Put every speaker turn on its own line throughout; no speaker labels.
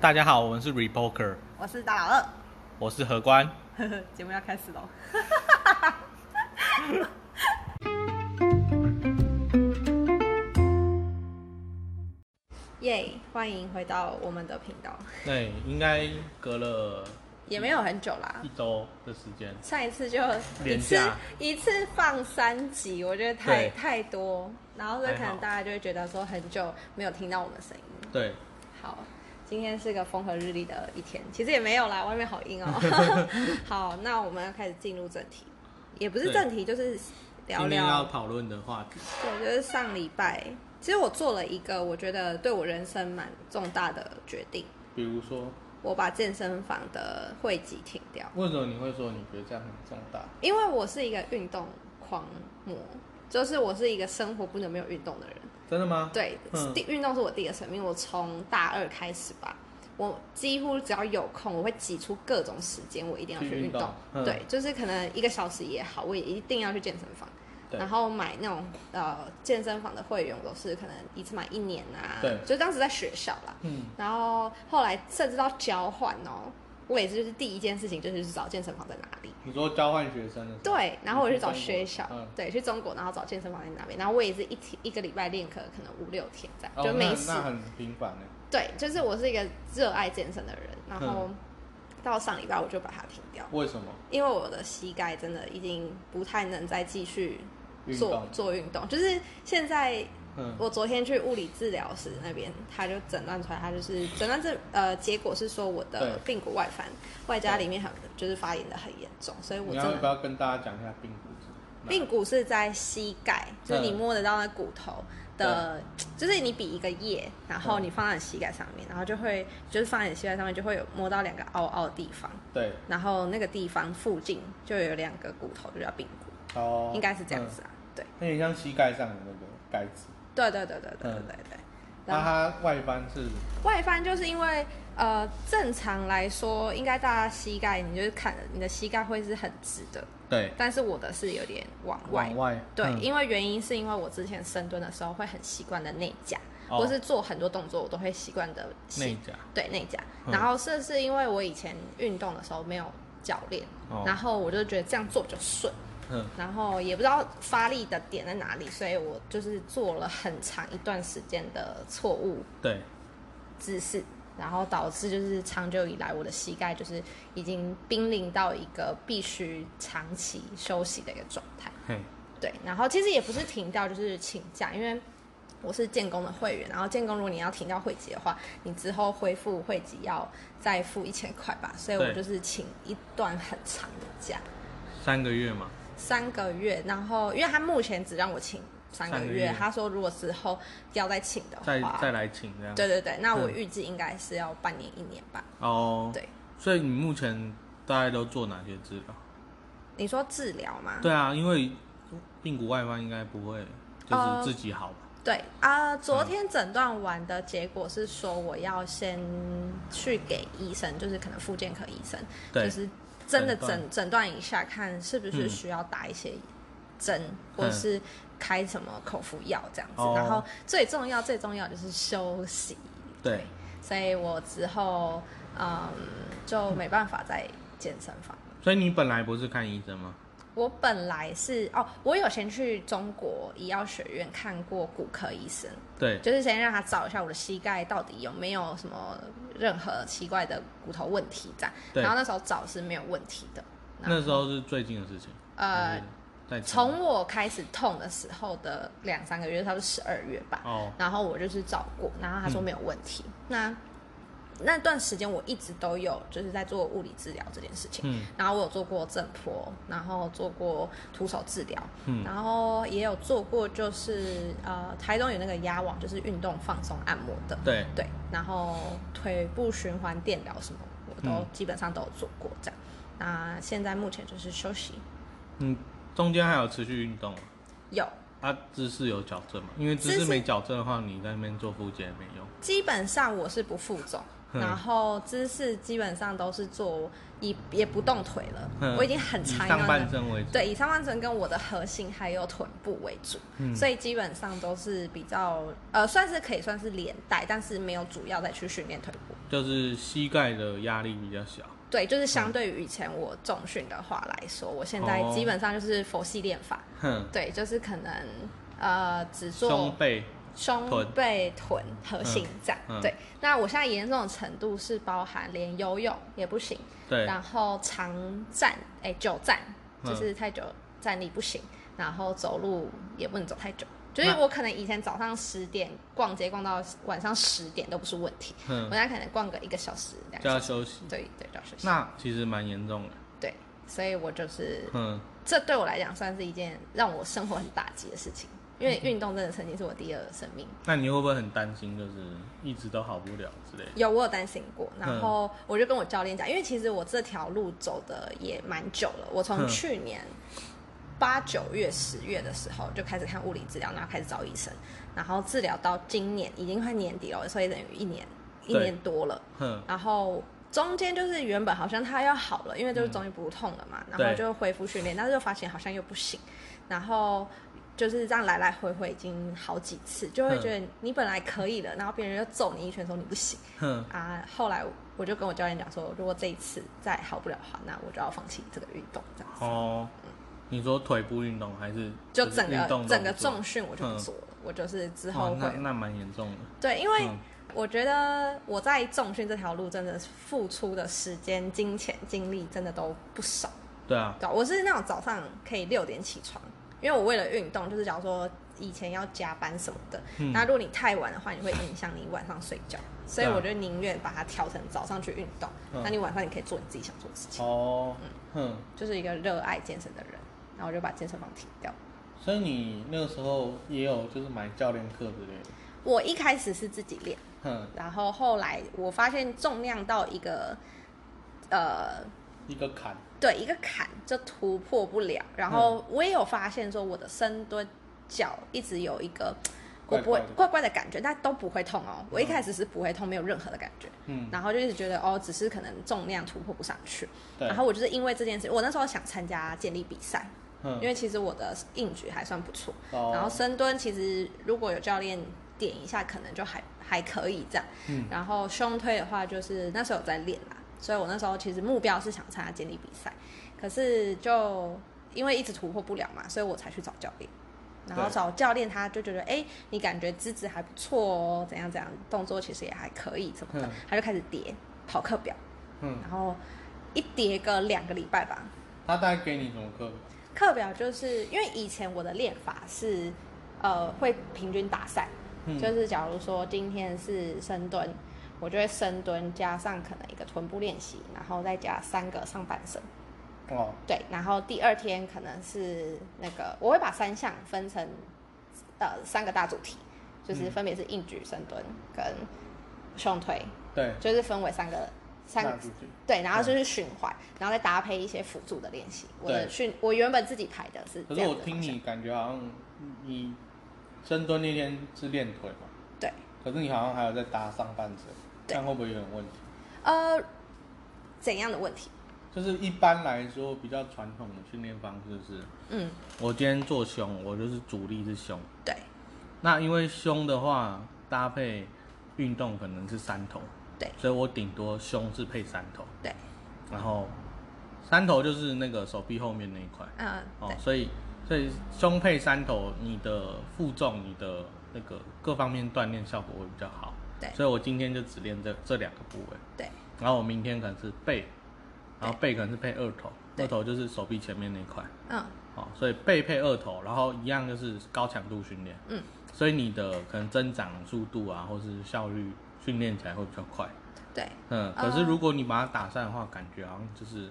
大家好，我们是 Repoker，
我是大老二
我是何官。
呵呵， 节目要开始喽。耶欢迎回到我们的频道，
对，应该隔了
也没有很久啦
一。周的时间，
上一次就一
连
次
假
一次放三集，我觉得太
对
太多，然后所以可
还好
能大家就会觉得说很久没有听到我们的声音。
对，
好，今天是个风和日丽的一天，其实也没有啦，外面好阴 哦。好，那我们要开始进入正题，也不是
对
正题，就是聊
今天要
聊。
讨论的话题，
对，就是上礼拜，其实我做了一个我觉得对我人生蛮重大的决定，
比如说，
我把健身房的会籍停掉，
为什么你会说你觉得这样很重大？
因为我是一个运动狂魔，就是我是一个生活不能没有运动的人。
真的吗？
对
嗯，
第、运动是我第一个生命。我从大二开始吧，我几乎只要有空，我会挤出各种时间，我一定要
去
去
运
运动。
动嗯
对，就是可能一个小时也好，我也一定要去健身房。
对
然后买那种呃健身房的会员，我都是可能一次买一年啊。
对
就当时在学校啦。
嗯，
然后后来甚至到交换哦，我也是就是第一件事情就是去找健身房在哪里。
你说交换学生的时候，
对，然后我
你
去
去
找
中国
学校，
嗯
对，去中国，然后找健身房在那边，然后我也是一天一个礼拜练课，可能五六天这样，
哦，
就没
那
事。
那很频繁呢。
对，就是我是一个热爱健身的人，然后
嗯
到上礼拜我就把它停掉，
为什么？
因为我的膝盖真的已经不太能再继续
运
做
动，
做运动，就是现在
嗯，
我昨天去物理治疗师那边，他就诊断出来，他就是诊断这呃结果是说我的髌骨外翻，外加里面还有就是发炎的很严重，所以我
你
真
要不
的
要跟大家讲一下髌骨是哪？
髌骨是在膝盖，就是你
嗯
摸得到那骨头的，就是你比一个叶，然后你放在你膝盖上面，然后就会就是放在你膝盖上面就会有摸到两个凹凹的地方，
对，
然后那个地方附近就有两个骨头，就叫髌骨，
哦，
应该是这样子啊，对，
嗯，有点像膝盖上的那个盖子。
对对对对对对啊
嗯
对对。然
那
后。
它外翻是
外翻就是因为呃，正常来说，应该大家膝盖，你就是看你的膝盖会是很直的，
对
但是我的是有点往外。
往外
对，
嗯
因为原因是因为我之前深蹲的时候会很习惯的内夹，
哦
或是做很多动作我都会习惯的
内夹。
对内夹。
嗯
然后这是因为我以前运动的时候没有教练，
哦
然后我就觉得这样做比较顺。
嗯，
然后也不知道发力的点在哪里，所以我就是做了很长一段时间的错误
对，
姿势，然后导致就是长久以来我的膝盖就是已经濒临到一个必须长期休息的一个状态。
嘿，
对，然后其实也不是停掉，就是请假，因为我是建工的会员，然后建工如果你要停掉会籍的话，你之后恢复会籍要再付一千块吧，所以我
对
就是请一段很长的假，
三个月嘛，
三个月，然后因为他目前只让我请三个
三
月，
个月
他说如果之后要再请的话，
再再来请这样。
对对对，那我
嗯
预计应该是要半年一年吧。
哦，
对，
所以你目前大概都做哪些治疗？
你说治疗吗？
对啊，因为髌骨外翻应该不会就是
呃
自己好吧？
对啊、
嗯
昨天诊断完的结果是说我要先去给医生，就是可能复健科医生，
对
就是真的
诊断
诊诊断一下，看是不是
嗯
需要打一些针，或
嗯
是开什么口服药这样子。
哦
然后最重要最重要就是休息，
对，
所以我之后嗯就没办法再健身房。
所以你本来不是看医生吗？
我本来是哦，我有先去中国医药学院看过骨科医生，
对，
就是先让他找一下我的膝盖到底有没有什么任何奇怪的骨头问题这样。
对
然后那时候找是没有问题的。然后
那时候是最近的事情。还
呃
是，在前面
从我开始痛的时候的两三个月，差不多十二月吧。
哦，
然后我就是找过，然后他
嗯
说没有问题。那那段时间我一直都有就是在做物理治疗这件事情，
嗯
然后我有做过震波，然后做过徒手治疗，
嗯
然后也有做过就是呃台中有那个压网，就是运动放松按摩的，
对，
对，然后腿部循环电疗什么我都
嗯
基本上都有做过这样。那现在目前就是休息，
嗯，中间还有持续运动吗
有
啊，姿势有矫正吗？因为姿
姿
势
势
没矫正的话，你在那边做复健也没用。
基本上我是不负重，
嗯
然后姿势基本上都是做以也不动腿了
嗯，
我已经很
以
常
上
用
半
的。
身为主，
对，以上半身跟我的核心还有臀部为主，
嗯
所以基本上都是比较呃，算是可以算是连带，但是没有主要再去训练腿部。
就是膝盖的压力比较小。
对，就是相对于以前我重训的话来说，我现在
嗯哦
基本上就是佛系练法，
哼，
对，就是可能呃只做
胸背，
胸
臀
背、臀、核心这样。
嗯
对，那我现在严重的程度是包含连游泳也不行，
对，
然后长站，哎、久站
嗯
就是太久站立不行，然后走路也不能走太久。就是
那
我可能以前早上十点逛街逛到晚上十点都不是问题，我
哼，
现在可能逛个一个小时、
嗯
两
就
个
要
小时，
休息。
对对，就要休息。
那其实蛮严重的，
对，所以我就是
哼，
这对我来讲算是一件让我生活很打击的事情，因
嗯
为运动真的曾经是我第二生命。
那你会不会很担心，就是一直都好不了之类的？
有，我有担心过，
嗯
然后我就跟我教练讲，因为其实我这条路走的也蛮久了，我从
嗯
去年八九月、十月的时候就开始看物理治疗，然后开始找医生，然后治疗到今年已经快年底了，所以等于一年一
对
年多了，
哼，
然后。中间就是原本好像他要好了，因为就是终于不痛了嘛，然后
嗯对
就恢复训练，但是又发现好像又不行，然后就是这样来来回回已经好几次，就会
嗯
觉得你本来可以了，然后别人又揍你一拳说你不行，
哼，
啊，后来我就跟我教练讲说，如果这一次再好不了的话，那我就要放弃这个运动，这样子。
哦，你说腿部运动还是
就是整
哦运动
个
都
整个
不做
重训我就不做了，我就是之
哇
后
哦那
会
那蛮严重的。
对，因为
嗯
我觉得我在重训这条路真的付出的时间、金钱、精力真的都不少。
对啊，
对啊，我是那种早上可以六点起床，因为我为了运动，就是假如说以前要加班什么的，
嗯
那如果你太晚的话，你会影响你晚上睡觉，所以
对啊
我就宁愿把它调成早上去运动，
嗯
那你晚上你可以做你自己想做的事情。
哦，哼，
就是一个热爱健身的人，然后我就把健身房停掉。
所以你那个时候也有就是买教练课之类的，
我一开始是自己练，
哼，
然后后来我发现重量到一个，呃，
一个坎，
对一个坎就突破不了。然
嗯
后我也有发现说，我的深蹲脚一直有一个我不会
怪怪的
怪怪的感觉，但都不会痛哦。我一开始是不会痛，没有任何的感觉，
嗯，
然后就一直觉得哦，只是可能重量突破不上去。
对，
然后我就是因为这件事，我那时候想参加健力比赛，
哼，
因为其实我的硬举还算不错，
哦
然后深蹲其实如果有教练点一下，可能就还还可以这样。
嗯
然后胸推的话，就是那时候有在练啦，所以我那时候其实目标是想参加健力比赛，可是就因为一直突破不了嘛，所以我才去找教练。然后
对
找教练，他就觉得，哎，你感觉资质还不错哦，怎样怎样，动作其实也还可以什么的
嗯，
他就开始叠跑课表，
嗯，
然后一叠个两个礼拜吧，
他大概给你什么课？
课表就是因为以前我的练法是，呃，会平均打散，
嗯
就是假如说今天是深蹲，我就会深蹲加上可能一个臀部练习，然后再加三个上半身，
哦，
对，然后第二天可能是那个我会把三项分成，呃，三个大主题，就是
嗯
分别是硬举、深蹲跟胸推，
对，
就是分为三个三个
大主题，
对，然后就是循环，然后再搭配一些辅助的练习。我的
对
训，我原本自己排的是
可
这
是
样
我
子的
听
方向
你感觉好像你深蹲那天是练腿嘛，
对，
可是你好像还有在搭上半身，这
对
样会不会有点问题？
呃，怎样的问题？
就是一般来说比较传统的训练方式是，
嗯，
我今天做胸，我就是主力是胸。
对，
那因为胸的话搭配运动可能是三头，
对，
所以我顶多胸是配三头，
对，
然后三头就是那个手臂后面那一块
嗯、
哦
对，，
所以所以胸配三头，你的负重、你的那个各方面锻炼效果会比较好。
对
所以我今天就只练这这两个部位，
对，
然后我明天可能是背，然后背可能是配二头，
对
二头就是手臂前面那一块。
嗯，
哦，所以背配二头，然后一样就是高强度训练，
嗯，
所以你的可能增长速度啊，或是效率训练起来会比较快，
对，
嗯，
哦
可是如果你把它打散的话，感觉好像就是，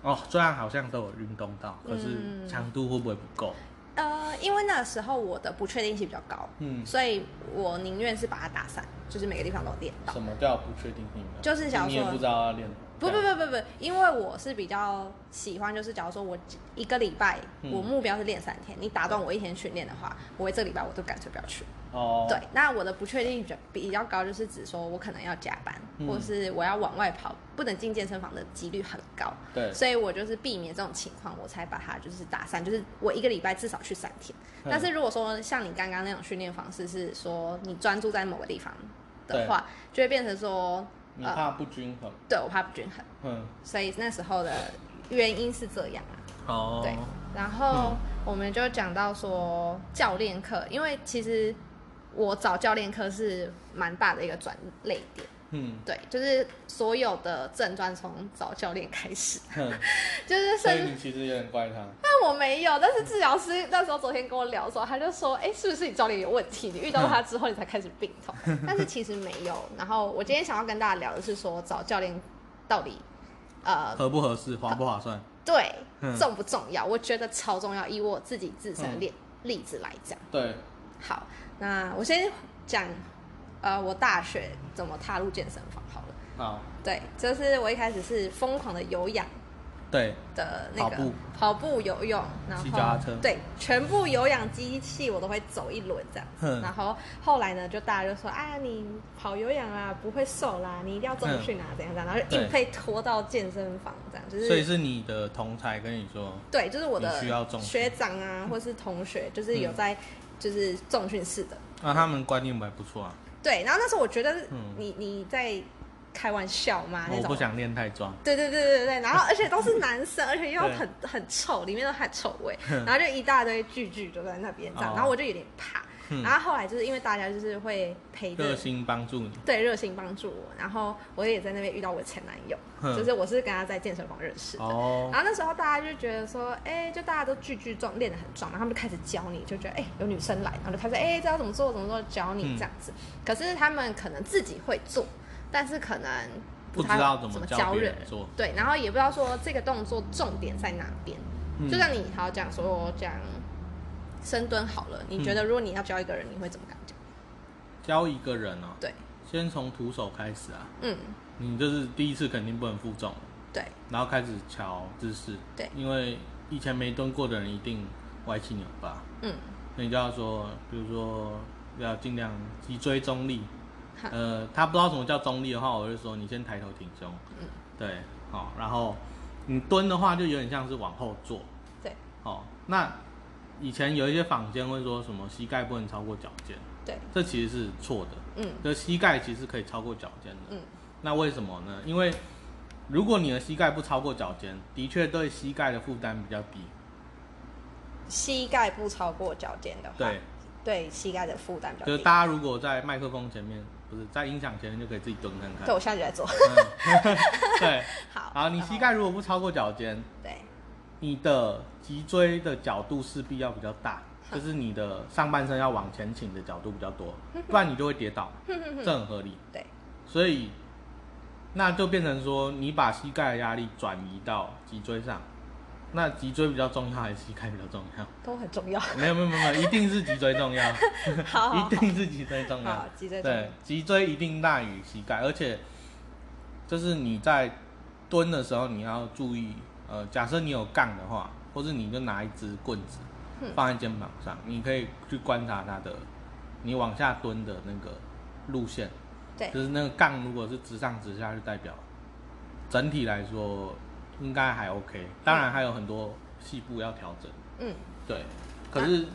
哦，虽然好像都有运动到，可是
嗯
强度会不会不够？
呃，因为那时候我的不确定性比较高，
嗯，
所以我
嗯
宁愿是把它打散，就是每个地方都练到。
什么叫不确定性呢？
就是想说
你也不知道要练，
不不不不不，因为我是比较喜欢，就是假如说我一个礼拜，
嗯
我目标是练三天，你打断我一天训练的话，我会这个礼拜我就干脆不要去。
哦，
对，那我的不确定比较高，就是指说我可能要加班，
嗯
或是我要往外跑，不能进健身房的几率很高，
对
所以我就是避免这种情况，我才把它就是打散，就是我一个礼拜至少去三天。
嗯
但是如果说像你刚刚那种训练方式，是说你专注在某个地方的话，就会变成说，
你
呃，
怕不均衡，
对我怕不均衡，
嗯，
所以那时候的原因是这样啊。
哦嗯
对，然后我们就讲到说教练课，因为其实我找教练课是蛮大的一个转类点，
嗯，
对，就是所有的症状从找教练开始，
哼
就是
嗯所以
甚至
你其实有点怪他，
但我没有，但是治疗师那时候昨天跟我聊的时候，他就说，哎、是不是你教练有问题？你遇到他之后你才开始病 痛，但是其实没有。然后我今天想要跟大家聊的是说找教练到底呃
合不合适，划不划算？
对
嗯，
重不重要？我觉得超重要。以我自己自身的例例子来讲，
对，
好，那我先讲，呃，我大学怎么踏入健身房好了。
好，
对，就是我一开始是疯狂的有氧
对，
的那个
跑步
跑步游泳，然后
骑脚踏车
对，全部有氧机器我都会走一轮这样
哼
子。然后后来呢，就大家就说，哎呀，你跑有氧啊，不会瘦啦，你一定要重训啊，怎样怎样，然后就
嗯对
硬被拖到健身房这样，就是
所以是你的同才跟你说，
对，就是我的
你需要重训嗯
学长啊，或是同学，就是有在就是重训室的。
啊，他们观念还不错啊，
对，然后那时候我觉得
嗯哦
你、你在开玩笑嘛那
我不
种。
想练太壮，
对对对对对，然后而且都是男生，而且又
对
很很臭，里面都汗臭 味，然后就一大堆聚聚就在那边这样，
哦
然后我就有点怕。
嗯
然后后来就是因为大家就是会陪着
热心帮助你，
对，热心帮助我，然后我也在那边遇到我前男友，
嗯
就是我是跟他在健身房认识的。
哦，
然后那时候大家就觉得说，哎、就大家都巨巨壮，练得很壮，然后他们就开始教你，就觉得哎、有女生来，然后就开始哎、这要怎么做怎么做教你
嗯
这样子。可是他们可能自己会做，但是可能
不知
太
道
会
怎
怎
么教
教
别
人
人做，
对，然后也不知道说这个动作重点在哪边。
嗯
就像你好讲说讲深蹲好了，你觉得如果你要教一个人，你会怎么跟他讲？
教一个人哦，
对，
先从徒手开始啊，
嗯，
你就是第一次肯定不能负重，
对，
然后开始瞧姿势，
对
因为以前没蹲过的人一定歪七扭八，
嗯，
所以就要说，比如说要尽量脊椎中立
好，
呃，他不知道什么叫中立的话，我就说你先抬头挺胸，
嗯
对，好、然后你蹲的话就有点像是往后坐，
对，
哦，那以前有一些坊间会说什么膝盖不能超过脚尖，
对，
这其实是错的，
嗯
就膝盖其实可以超过脚尖的。
嗯，
那为什么呢？因为如果你的膝盖不超过脚尖，的确对膝盖的负担比较低。
膝盖不超过脚尖的话，
对，
对膝盖的负担比
就
较
是
低。
大家如果在麦克风前面，不是在音响前面，就可以自己蹲看看
对，。我现在就在做。
嗯 对，
好，
好，你
然后
膝盖如果不超过脚尖，
对，
你的脊椎的角度势必要比较大，就是你的上半身要往前倾的角度比较多，不然你就会跌倒，这很合理。
对，
所以那就变成说，你把膝盖的压力转移到脊椎上，那脊椎比较重要还是膝盖比较重要？
都很重要。
没有没有没有没有，一定是脊椎重要，
好好
一定是脊椎重要
哦好，。脊椎重要
对，脊椎一定大于膝盖，而且就是你在蹲的时候，你要注意，呃，假设你有杠的话，或是你就拿一支棍子
嗯
放在肩膀上，你可以去观察它的，你往下蹲的那个路线，
对
就是那个杠如果是直上直下，就代表整体来说应该还 OK，当然还有很多细部要调整。
嗯，
对，可是，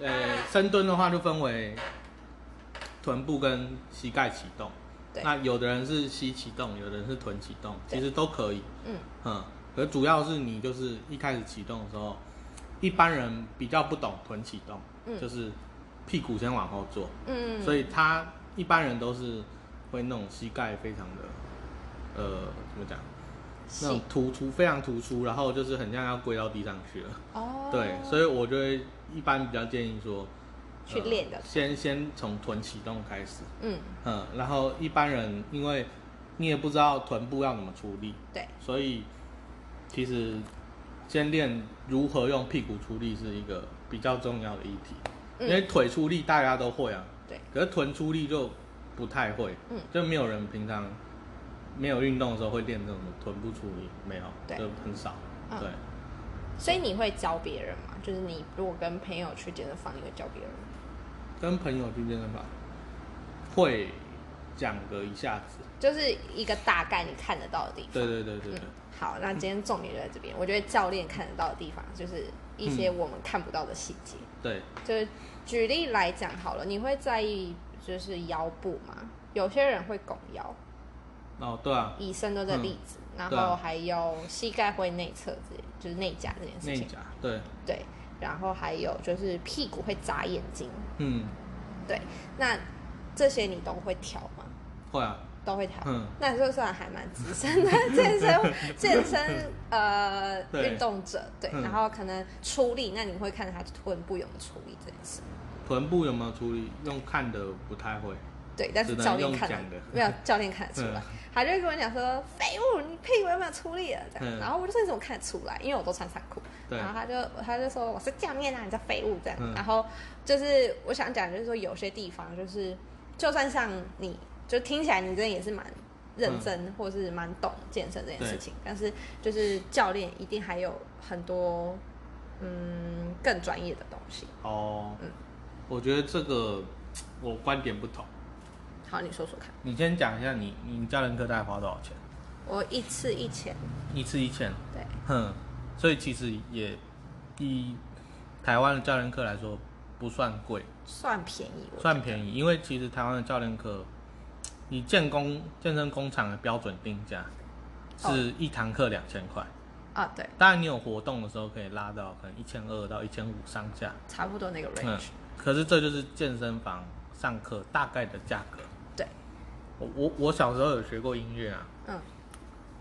呃、深蹲的话就分为臀部跟膝盖启动。
对
那有的人是膝启动，有的人是臀启动，
对
其实都可以。
嗯，
嗯，可主要是你就是一开始启动的时候，一般人比较不懂臀启动，
嗯
就是屁股先往后坐，
嗯，
所以他一般人都是会那种膝盖非常的，呃，怎么讲？那种
细
突出，非常突出，然后就是很像要跪到地上去了。
哦，
对，所
以
以我就会一般比较建议说，呃
去练的
先先从臀启动开始，
嗯，
嗯，然后一般人因为你也不知道臀部要怎么处理，
对，
所以其实先练如何用屁股出力是一个比较重要的议题，因为
嗯，
腿出力大家都会啊，
对，
可是臀出力就不太会，
嗯，
就没有人平常没有运动的时候会练这种臀部处理，没有，
对
就很少。
嗯
对，
所以你会教别人吗？就是你如果跟朋友去健身房，你会教别人吗？
跟朋友去健身房会讲个一下子。
就是一个大概你看得到的地方。
对对对
嗯
对对，
好，那今天重点就在这边。我觉得教练看得到的地方，就是一些
嗯
我们看不到的细节。
对，
就是举例来讲好了，你会在意就是腰部吗？有些人会拱腰，
哦对啊，
以身都在例子，然
对啊
后还有膝盖会内侧这，就是内夹这件事
内
情。
夹，对，
对，然后还有就是屁股会眨眼睛。
嗯，
对，那这些你都会调吗？
会啊，
都会调。
嗯，
那就算还蛮资深的 健身健身呃
对
运动者，对，
嗯
然后可能出力，那你会看他臀部有没有出力这件事，
臀部有没有处理？用看的不太会。
对，但是
只能
教练
用
看得
讲的
没有，教练看得出来
嗯，
他就会跟我讲说废物，你屁股有没有出力了这样，
嗯
然后我就说你怎么看得出来？因为我都穿长裤，
对
然后他就他就说我是教练啊，你在废物这样。
嗯
然后就是我想讲，就是说有些地方就是，就算像你，就听起来你真的也是蛮认
嗯
真，或是蛮懂健身这件事情，但是就是教练一定还有很多嗯更专业的东西。
哦，
嗯
我觉得这个我观点不同。
好，你说说看，
你先讲一下你你教练课大概花多少钱？
我一次一千，
一次一千，
对，
哼，所以其实也以台湾的教练课来说不算贵，
算便宜，我
算便宜，因为其实台湾的教练课以建工健身工厂的标准定价
哦
是一堂课两千块，
啊，对，
当然你有活动的时候可以拉到可能一千二到一千五上下，
差不多那个
嗯
range，、，
可是这就是健身房上课大概的价格。
对，
我我我小时候有学过音乐啊，
嗯，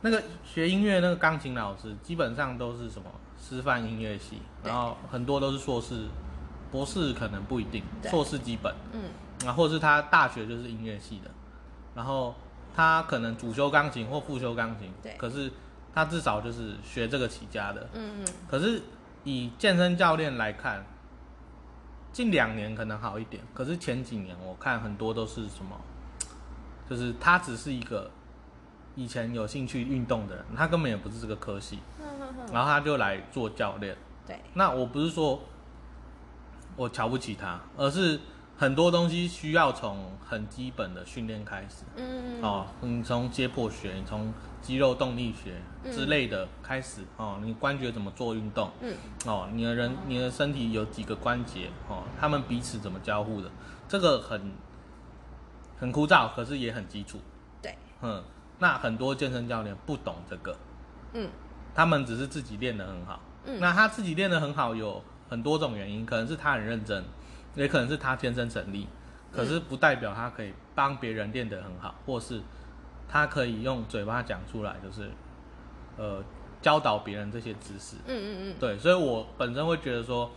那个学音乐那个钢琴老师基本上都是什么师范音乐系，
对
然后很多都是硕士，博士可能不一定，
对
硕士基本，
嗯，
啊，或者是他大学就是音乐系的，然后他可能主修钢琴或副修钢琴，
对
可是他至少就是学这个起家的，
嗯嗯，
可是以健身教练来看，近两年可能好一点，可是前几年我看很多都是什么，就是他只是一个以前有兴趣运动的人，他根本也不是这个科系，
哼哼哼
然后他就来做教练。
对，
那我不是说我瞧不起他，而是很多东西需要从很基本的训练开始。
嗯，
哦，你从解剖学，你从肌肉动力学之类的开始、哦，你关节怎么做运动，
嗯，
哦，你的人你的身体有几个关节哦，他们彼此怎么交互的，这个很很枯燥，可是也很基础，
对，
嗯，那很多健身教练不懂这个，
嗯，
他们只是自己练得很好，
嗯
那他自己练得很好有很多种原因，可能是他很认真，也可能是他天生神力，可是不代表他可以帮别人练得很好，或是他可以用嘴巴讲出来，就是呃教导别人这些知识。
嗯嗯嗯，
对，所以我本身会觉得说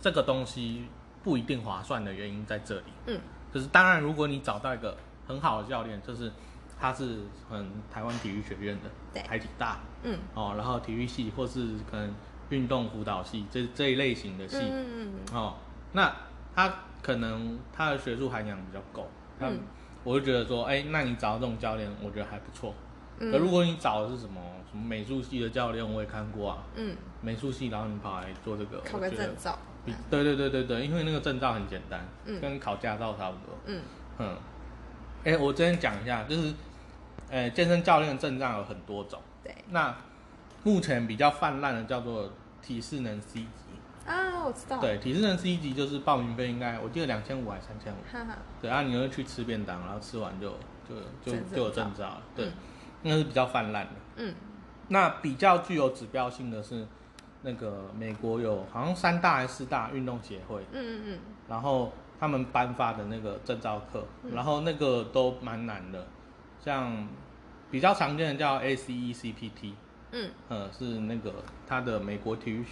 这个东西不一定划算的原因在这里。
嗯，
就是当然如果你找到一个很好的教练，就是他是很台湾体育学院的，
对
台体大，
嗯，
哦，然后体育系或是可能运动辅导系这这一类型的系，
嗯嗯
哦，那他可能他的学术涵养比较够，他、
嗯
我就觉得说，哎、那你找到这种教练，我觉得还不错。
嗯
可如果你找的是什么什么美术系的教练，我也看过啊，
嗯，
美术系，然后你跑来做这个，
考
我
个
觉得
证照，
比对对对对对，因为那个证照很简单，
嗯
跟考驾照差不多。
嗯
嗯，哎、我之前讲一下，就是，呃、健身教练的证照有很多种，
对
那目前比较泛滥的叫做体适能 C 级，
啊，我知道，，
对，体适能 C 级就是报名费应该我记得两千五还是三千五，
哈哈，
对，啊然后你就去吃便当，然后吃完就就就
证
就有
照
证照了，对
嗯，
那是比较泛滥的。
嗯
那比较具有指标性的是，那个美国有好像三大还是四大运动协会，
嗯嗯
然后他们颁发的那个证照课，
嗯
然后那个都蛮难的，像比较常见的叫 E ACECPT，
嗯
呃，是那个它的美国体育学，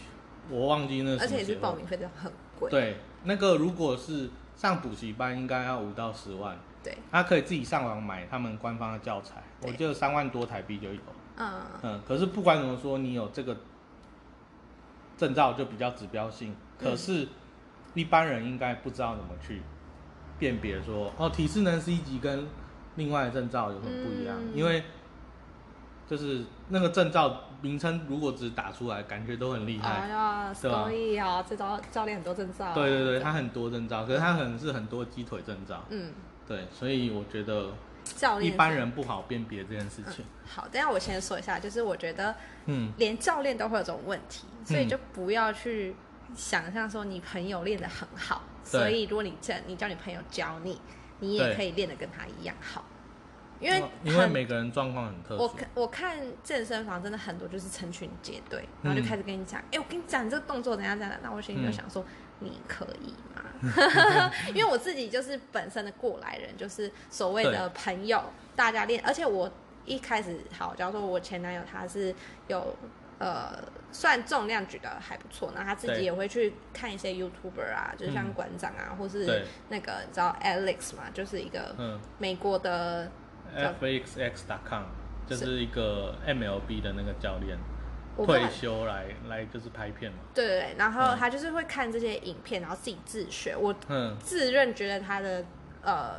我忘记那
嗯，
是
而
什么协
且是
会
报名费都很贵，
对，那个如果是上补习班，应该要五到十万，
对，
他可以自己上网买他们官方的教材，我
对
记得三万多台币就有。
嗯
嗯，可是不管怎么说，你有这个证照就比较指标性，可是一般人应该不知道怎么去辨别说，哦，体适能 C 级跟另外的证照有什么不一样？
嗯
因为就是那个证照名称如果只打出来，感觉都很厉害。
哎呀，
对吧
所以啊，这招教练很多证照啊。
对对对，他很多证照，可是他可能是很多鸡腿证照。
嗯，
对，所以我觉得
教
一
练嗯
般人不好辨别这件事情。
好，等一下我先说一下，就是我觉得
嗯，
连教练都会有这种问题，所以就不要去想象说你朋友练得很好，
对
所以如果你叫你叫你朋友教你，你也
对
可以练得跟他一样好，因为
因为
很
每个人状况很特
我
殊。
看我看健身房真的很多就是成群结队，然后就
嗯
开始跟你讲，哎、我跟你讲你这个动作怎样怎样，那我心里就想说，你可以吗？
嗯
因为我自己就是本身的过来人，就是所谓的朋友，大家练，而且我一开始好，假如说我前男友他是有呃算重量举的还不错，然后他自己
对
也会去看一些 YouTuber 啊，就是像
嗯
馆长啊，或是
对
那个你知道 Alex 嘛，就是一个
嗯
美国的
呃，fxx.com 就是一个 MLB 的那个教练
我不知道
退休来来就是拍片嘛。
对对对，然后
嗯
他就是会看这些影片，然后自己自学。我
嗯，
自认觉得他的呃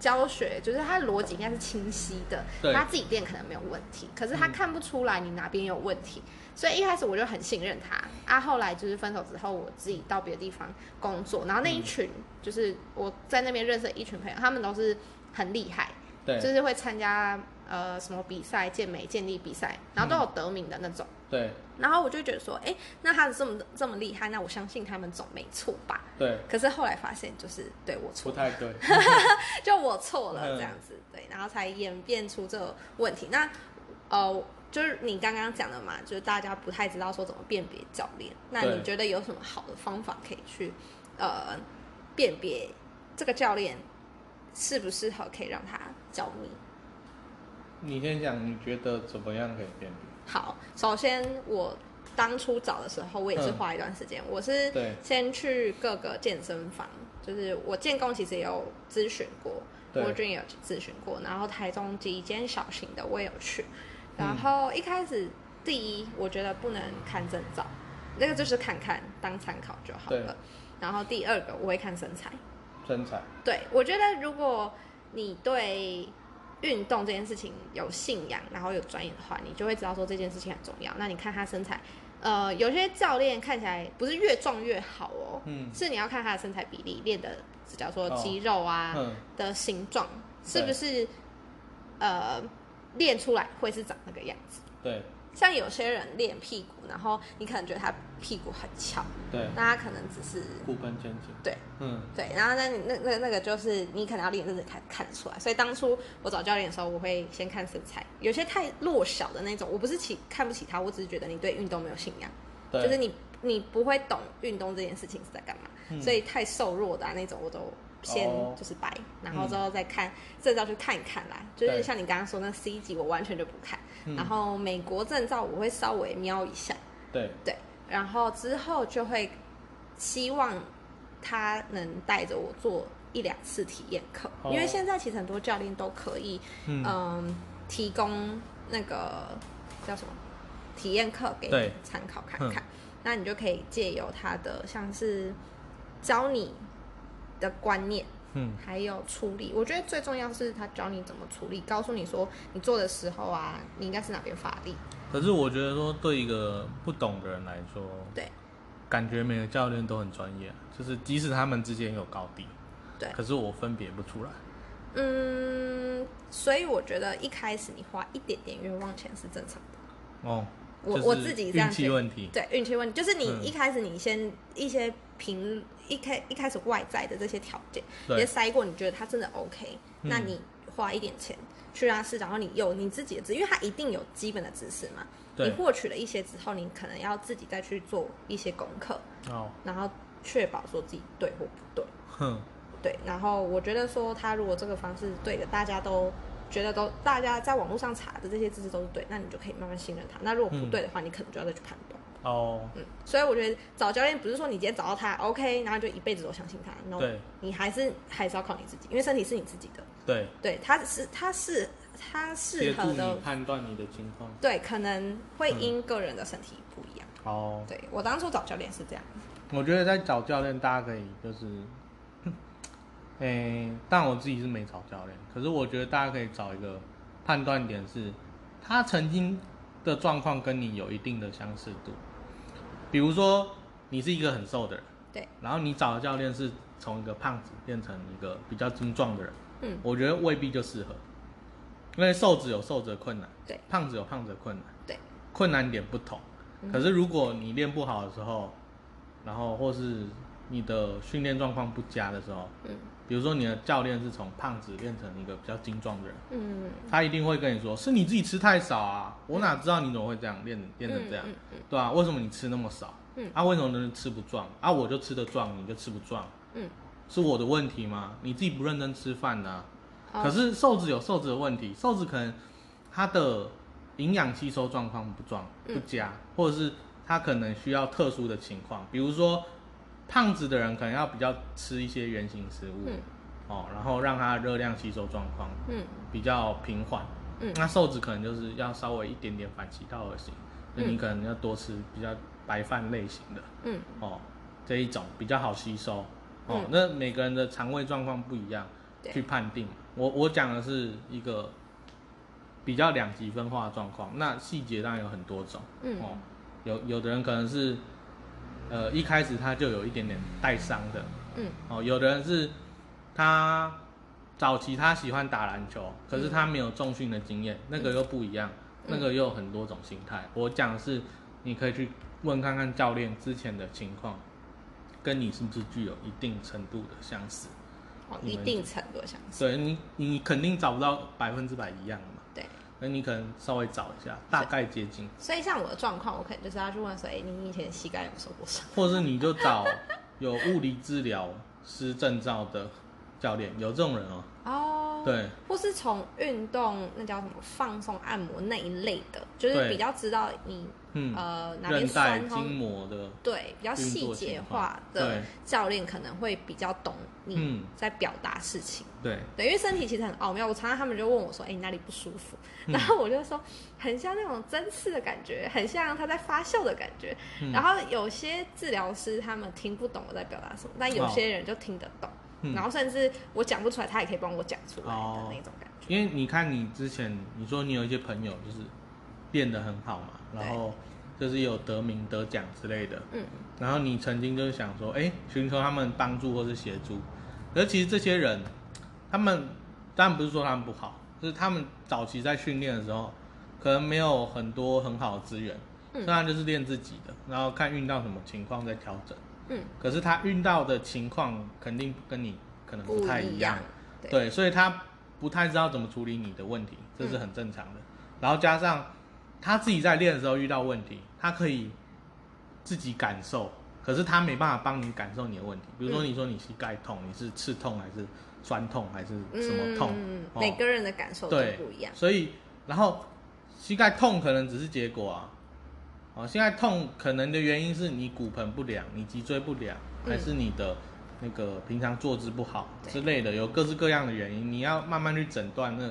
教学，就是他的逻辑应该是清晰的，
对
他自己练可能没有问题，可是他
嗯
看不出来你哪边有问题，所以一开始我就很信任他。啊，后来就是分手之后，我自己到别的地方工作，然后那一群、就是我在那边认识的一群朋友，他们都是很厉害，就
对
是会参加呃什么比赛、健美、健力比赛，然
嗯
后都有得名的那种。
对
然后我就觉得说，哎，那他这么这么厉害，那我相信他们总没错吧？
对，
可是后来发现，就是对我错
不
了，
太 对。
就我错了
嗯
这样子，对，然后才演变出这个问题。那呃，就是你刚刚讲的嘛，就是大家不太知道说怎么辨别教练。那
对
你觉得有什么好的方法可以去呃辨别这个教练适不适合，可以让他教你？
你先讲，你觉得怎么样可以辨别？
好，首先我当初找的时候，我也是
嗯
花一段时间，我是
对
先去各个健身房，就是我建工其实也有咨询过，
对
郭俊也有咨询过，然后台中几间小型的我也有去，
嗯
然后一开始第一我觉得不能看证照，那个就是看看当参考就好
对
了，然后第二个我会看身材，
身材，
对，我觉得如果你对运动这件事情有信仰，然后有专业的话，你就会知道说这件事情很重要。那你看他身材，呃，有些教练看起来不是越壮越好哦，
嗯
是你要看他的身材比例练的，假如说
哦
肌肉啊、
嗯，
的形状是不
对
是呃练出来会是长那个样子。
对
像有些人练屁股，然后你可能觉得他屁股很翘，
对，
那他可能只是
骨盆前倾。
对
嗯，
对，然后那你那那那个就是你可能要练认真看看得出来，所以当初我找教练的时候，我会先看身材，有些太弱小的那种，我不是起看不起他，我只是觉得你对运动没有信仰，
对，
就是你你不会懂运动这件事情是在干嘛，
嗯
所以太瘦弱的、啊、那种我都先
哦
就是白，然后之后再看证照去看一看啦，就是
对
像你刚刚说那 C 级我完全就不看，
嗯
然后美国证照我会稍微瞄一下，
对
对，然后之后就会希望他能带着我做一两次体验课，
哦
因为现在其实很多教练都可以，嗯、
嗯
提供那个叫什么体验课给你
对
参考看看，那你就可以借由他的像是教你的观念。
嗯
还有处理，我觉得最重要是他教你怎么处理，告诉你说你做的时候啊，你应该是哪边发力。
可是我觉得说，对一个不懂的人来说，
对，
感觉每个教练都很专业，就是即使他们之间有高低，
对
可是我分别不出来。
嗯，所以我觉得一开始你花一点点冤枉钱是正常的。
哦，
我
就是
我自己这样
运气
觉得
问题，
对，运气问题就是你
嗯
一开始你先一些评一开一开始外在的这些条件，
对
也筛过，你觉得他真的 OK，、
嗯
那你花一点钱去让他试，然后你有你自己的知，因为他一定有基本的知识嘛。你
对
获取了一些之后，你可能要自己再去做一些功课，
哦，
然后确保说自己对或不对。
哼，
对，然后我觉得说他如果这个方式对的，大家都觉得都大家在网络上查的这些知识都是对，那你就可以慢慢信任他。那如果不
嗯
对的话，你可能就要再去判断。
哦，
嗯，所以我觉得找教练不是说你今天找到他 OK，然后就一辈子都相信他，no，
对
你还是还是要靠你自己，因为身体是你自己的。
对，
对，他是他是他适
协助
合的
你，嗯判断你的情况。
对，可能会因个人的身体不一样。
哦，
对我当初找教练是这样，
我觉得在找教练，大家可以就是，诶、但我自己是没找教练，可是我觉得大家可以找一个判断点是，他曾经的状况跟你有一定的相似度。比如说，你是一个很瘦的人，
对，
然后你找的教练是从一个胖子变成一个比较精壮的人，
嗯，
我觉得未必就适合，因为瘦子有瘦子的困难，
对，
胖子有胖子的困难，
对，嗯
困难点不同。可是如果你练不好的时候，然后或是你的训练状况不佳的时候，
嗯
比如说你的教练是从胖子练成一个比较精壮的人，
嗯，
他一定会跟你说是你自己吃太少啊，我哪知道你怎么会这样练练成这样，
嗯嗯
对啊，为什么你吃那么少？
嗯
啊，为什么人吃不壮？啊，我就吃得壮，你就吃不壮，
嗯，
是我的问题吗？你自己不认真吃饭啊呐、
好
可是瘦子有瘦子的问题，瘦子可能他的营养吸收状况不壮
嗯
不佳，或者是他可能需要特殊的情况，比如说胖子的人可能要比较吃一些原型食物、
嗯
哦，然后让他的热量吸收状况
嗯
比较平缓。
嗯
那瘦子可能就是要稍微一点点反其道而行，就你
嗯
可能要多吃比较白饭类型的
嗯
哦，这一种比较好吸收哦
嗯。
那每个人的肠胃状况不一样，
对
去判定。我我讲的是一个比较两极分化的状况，那细节当然有很多种
嗯
哦。有有的人可能是呃一开始他就有一点点带伤的
嗯
哦，有的人是他早期他喜欢打篮球，可是他没有重训的经验，那个又不一样，
嗯
那个又有很多种心态。我讲的是你可以去问看看教练之前的情况，跟你是不是具有一定程度的相似。
哦，一定程度上，
对你，你肯定找不到百分之百一样的嘛，
对。
那你可能稍微找一下，大概接近，
所以像我的状况，我可能就是要去问说，哎、你以前膝盖有没有受过伤？
或是你就找有物理治疗师证照的教练，有这种人哦。
哦，
对，
或是从运动那叫什么放松按摩那一类的，就是
对
比较知道你、
嗯，
呃哪边
韧带、
酸
筋
痛，
膜的，
对，比较细节化的
对
教练可能会比较懂你
嗯
在表达事情。
对，
对，因为身体其实很奥妙，我常常他们就问我说：“哎、你哪里不舒服？”
嗯
然后我就说：“很像那种针刺的感觉，很像它在发酵的感觉。
嗯
然后有些治疗师他们听不懂我在表达什么，但有
哦
些人就听得懂，
嗯
然后甚至我讲不出来，他也可以帮我讲出来的
哦
那种感觉。
因为你看你之前你说你有一些朋友就是练得很好嘛，
对
然后就是有得名得奖之类的，
嗯
然后你曾经就是想说，哎，寻求他们帮助或是协助，可是其实这些人，他们当然不是说他们不好，就是他们早期在训练的时候，可能没有很多很好的资源，
嗯
那就是练自己的，然后看运到什么情况再调整。
嗯，
可是他遇到的情况肯定跟你可能不太
一
一样，，
对
对，所以他不太知道怎么处理你的问题，这是很正常的。然后加上他自己在练的时候遇到问题，他可以自己感受，可是他没办法帮你感受你的问题。比如说，
嗯
你说你膝盖痛，你是刺痛还是酸痛还是什么痛？
嗯
哦
每个人的感受都
对
不一样。
所以，然后膝盖痛可能只是结果啊，哦，膝盖痛可能的原因是你骨盆不良、你脊椎不良，
嗯
还是你的那个平常坐姿不好
对
之类的，有各式各样的原因，你要慢慢去诊断。那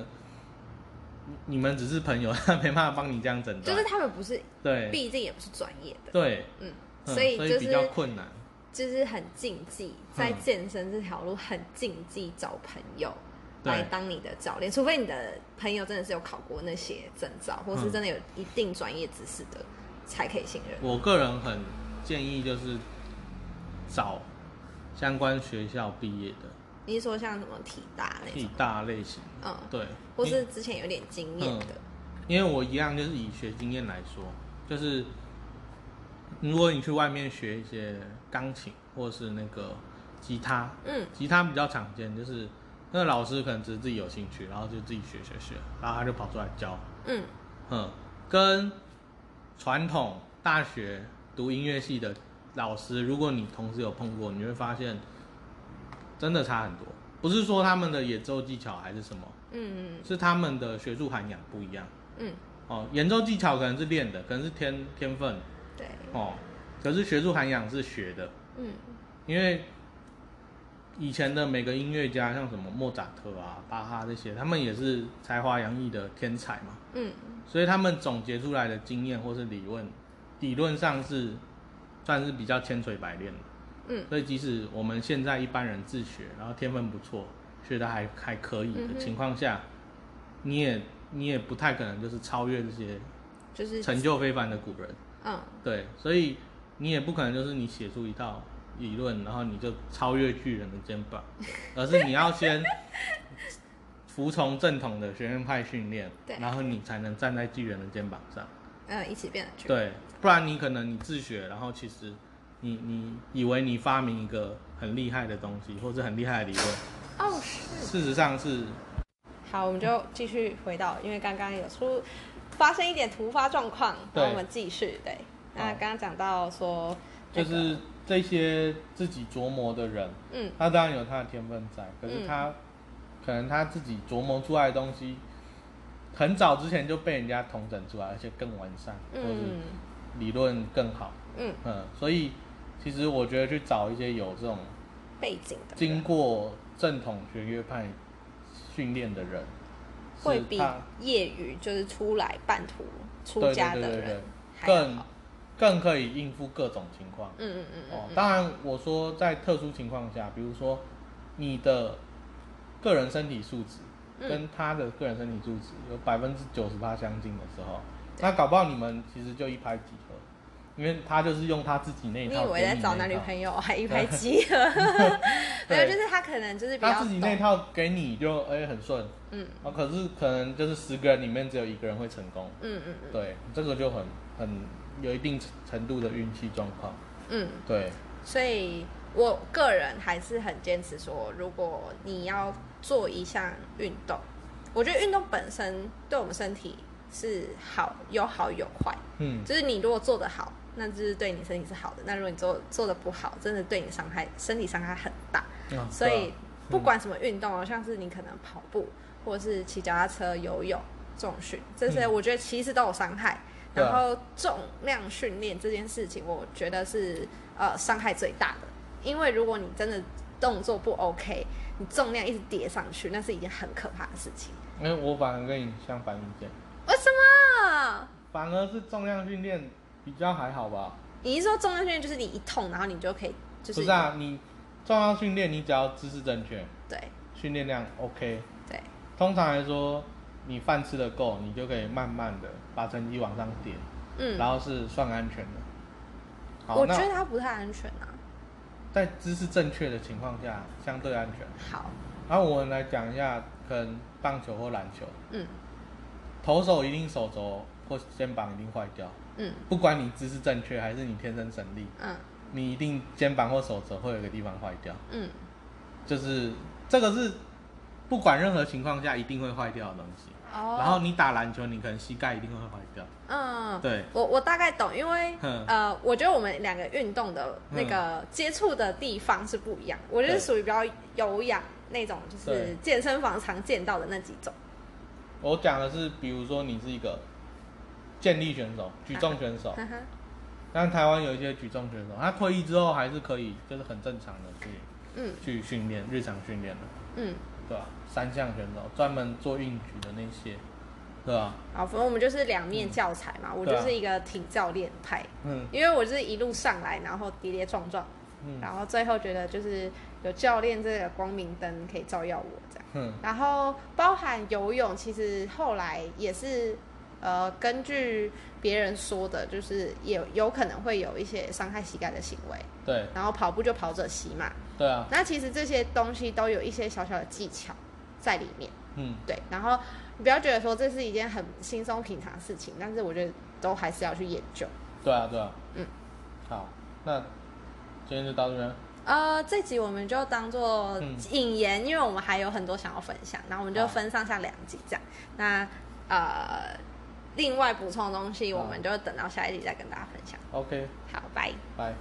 你们只是朋友，他没办法帮你这样诊
就
断
是，他们不是，
对
毕竟也不是专业的，
对，
嗯，
嗯
所以
所
就
比较
是
困难，
就是很禁忌，在
嗯
健身这条路很禁忌找朋友
对
来当你的教练，除非你的朋友真的是有考过那些证照，或是
嗯
真的有一定专业知识的，才可以信任。
我个人很建议就是找相关学校毕业的
你是说像什么体大那
体
种，
大类型，
嗯，
对，
或
因
是之前有点经验的，
因为我一样就是以学经验来说，就是如果你去外面学一些钢琴或是那个吉他，
嗯
吉他比较常见，就是那个老师可能只是自己有兴趣，然后就自己学学学，然后他就跑出来教，
嗯
嗯，跟传统大学读音乐系的老师，如果你同时有碰过，你会发现真的差很多。不是说他们的演奏技巧还是什么，
嗯
是他们的学术涵养不一样。
嗯，
哦，演奏技巧可能是练的，可能是天天分
对，
哦，可是学术涵养是学的，
嗯
因为以前的每个音乐家，像什么莫扎特啊、巴哈这些，他们也是才华洋溢的天才嘛，
嗯
所以他们总结出来的经验或是理论，理论上是算是比较千锤百炼的。
嗯
所以即使我们现在一般人自学，然后天分不错，学的还还可以
嗯
的
哼
情况下，你也你也不太可能就是超越这些
就是
成就非凡的古人。
嗯，
对，所以你也不可能就是你写出一道理论，然后你就超越巨人的肩膀，而是你要先服从正统的学院派训练
对，
然后你才能站在巨人的肩膀上。
呃，一起变得巨人。
对，不然你可能你自学，然后其实你你以为你发明一个很厉害的东西或者很厉害的理论，
哦，是。
事实上是
好，我们就继续回到，因为刚刚有出发生一点突发状况，
对
然后我们继续。对，那
好
刚刚讲到说，那
就
个
是这些自己琢磨的人，
嗯，
他当然有他的天分在，可
嗯
是他、可能他自己琢磨出来的东西，很早之前就被人家统整出来，而且更完善，或
嗯
是理论更好，
嗯，
嗯，所以其实我觉得去找一些有这种
背景的
经过正统学乐派训练的人，
会
是
比
他
业余就是出来半途出
对
家
对对
的
对
人还要
更
好。
更可以应付各种情况。
嗯嗯嗯嗯
哦，当然，我说在特殊情况下，比如说你的个人身体素质
嗯
跟他的个人身体素质有百分之九十八相近的时候，那搞不好你们其实就一拍即合，因为他就是用他自己那一
你
套，
以为在找男女
友？
朋 友还一拍即合？ 没有，就是他可能就是比
他
较
自己那
懂，
套给你就哎、很顺，
嗯
哦，可是可能就是十个人里面只有一个人会成功，
嗯嗯
对，这个就很很有一定程度的运气状况，
嗯，
对，
所以我个人还是很坚持说，如果你要做一项运动，我觉得运动本身对我们身体是好有好有坏，
嗯，
就是你如果做得好，那就是对你身体是好的；那如果你做做得不好，真的对你伤害身体伤害很大。
啊
所以
对啊
不管什么运动哦，像是你可能跑步，或者是骑脚踏车、游泳、重训，这些
嗯
我觉得其实都有伤害。
对啊
然后重量训练这件事情，我觉得是呃伤害最大的，因为如果你真的动作不 OK，你重量一直叠上去，那是一件很可怕的事情。
因为哎我反而跟你相反意见。
为什么？
反而是重量训练比较还好吧？
你一说重量训练就是你一痛，然后你就可以就是
不是啊，你重量训练你只要姿势正确，
对
训练量 OK，
对，
通常来说你饭吃的够，你就可以慢慢的把成绩往上叠，
嗯，
然后是算安全的。好，
我觉得
那
它不太安全啊。
在姿势正确的情况下，相对安全。
好，
然后我们来讲一下，可能棒球或篮球，
嗯
投手一定手肘或肩膀一定坏掉，
嗯
不管你姿势正确还是你天生神力，
嗯
你一定肩膀或手肘会有一个地方坏掉。
嗯，
就是这个是不管任何情况下一定会坏掉的东西。
哦。
然后你打篮球，你可能膝盖一定会坏掉。
嗯，
对，
我我大概懂，因为
嗯
呃，我觉得我们两个运动的那个接触的地方是不一样，我就是
对
属于比较有氧那种，就是
对
健身房常见到的那几种。
我讲的是，比如说你是一个健力选手、举重选手，
哈哈
但台湾有一些举重选手，他退役之后还是可以，就是很正常的去
嗯
去训练，日常训练的，
嗯，
对吧、三项选手专门做硬举的那些，对吧、
好，反正我们就是两面教材嘛，我
嗯对
就
啊
是一个挺教练派，
嗯
因为我就是一路上来，然后跌跌撞撞，
嗯
然后最后觉得就是有教练这个光明灯可以照耀我这样。
嗯
然后包含游泳，其实后来也是呃根据别人说的，就是也有可能会有一些伤害膝盖的行为。
对
然后跑步就跑者膝嘛，
对啊，
那其实这些东西都有一些小小的技巧在里面。
嗯
对，然后你不要觉得说这是一件很轻松平常的事情，但是我觉得都还是要去研究。
对啊对啊，
嗯，
好，那今天就到这边。
呃，这集我们就当做
嗯
引言，因为我们还有很多想要分享，然后我们就
好
分上下两集这样。那呃，另外补充的东西，
好
我们就等到下一集再跟大家分享。
OK，
好，拜。
拜。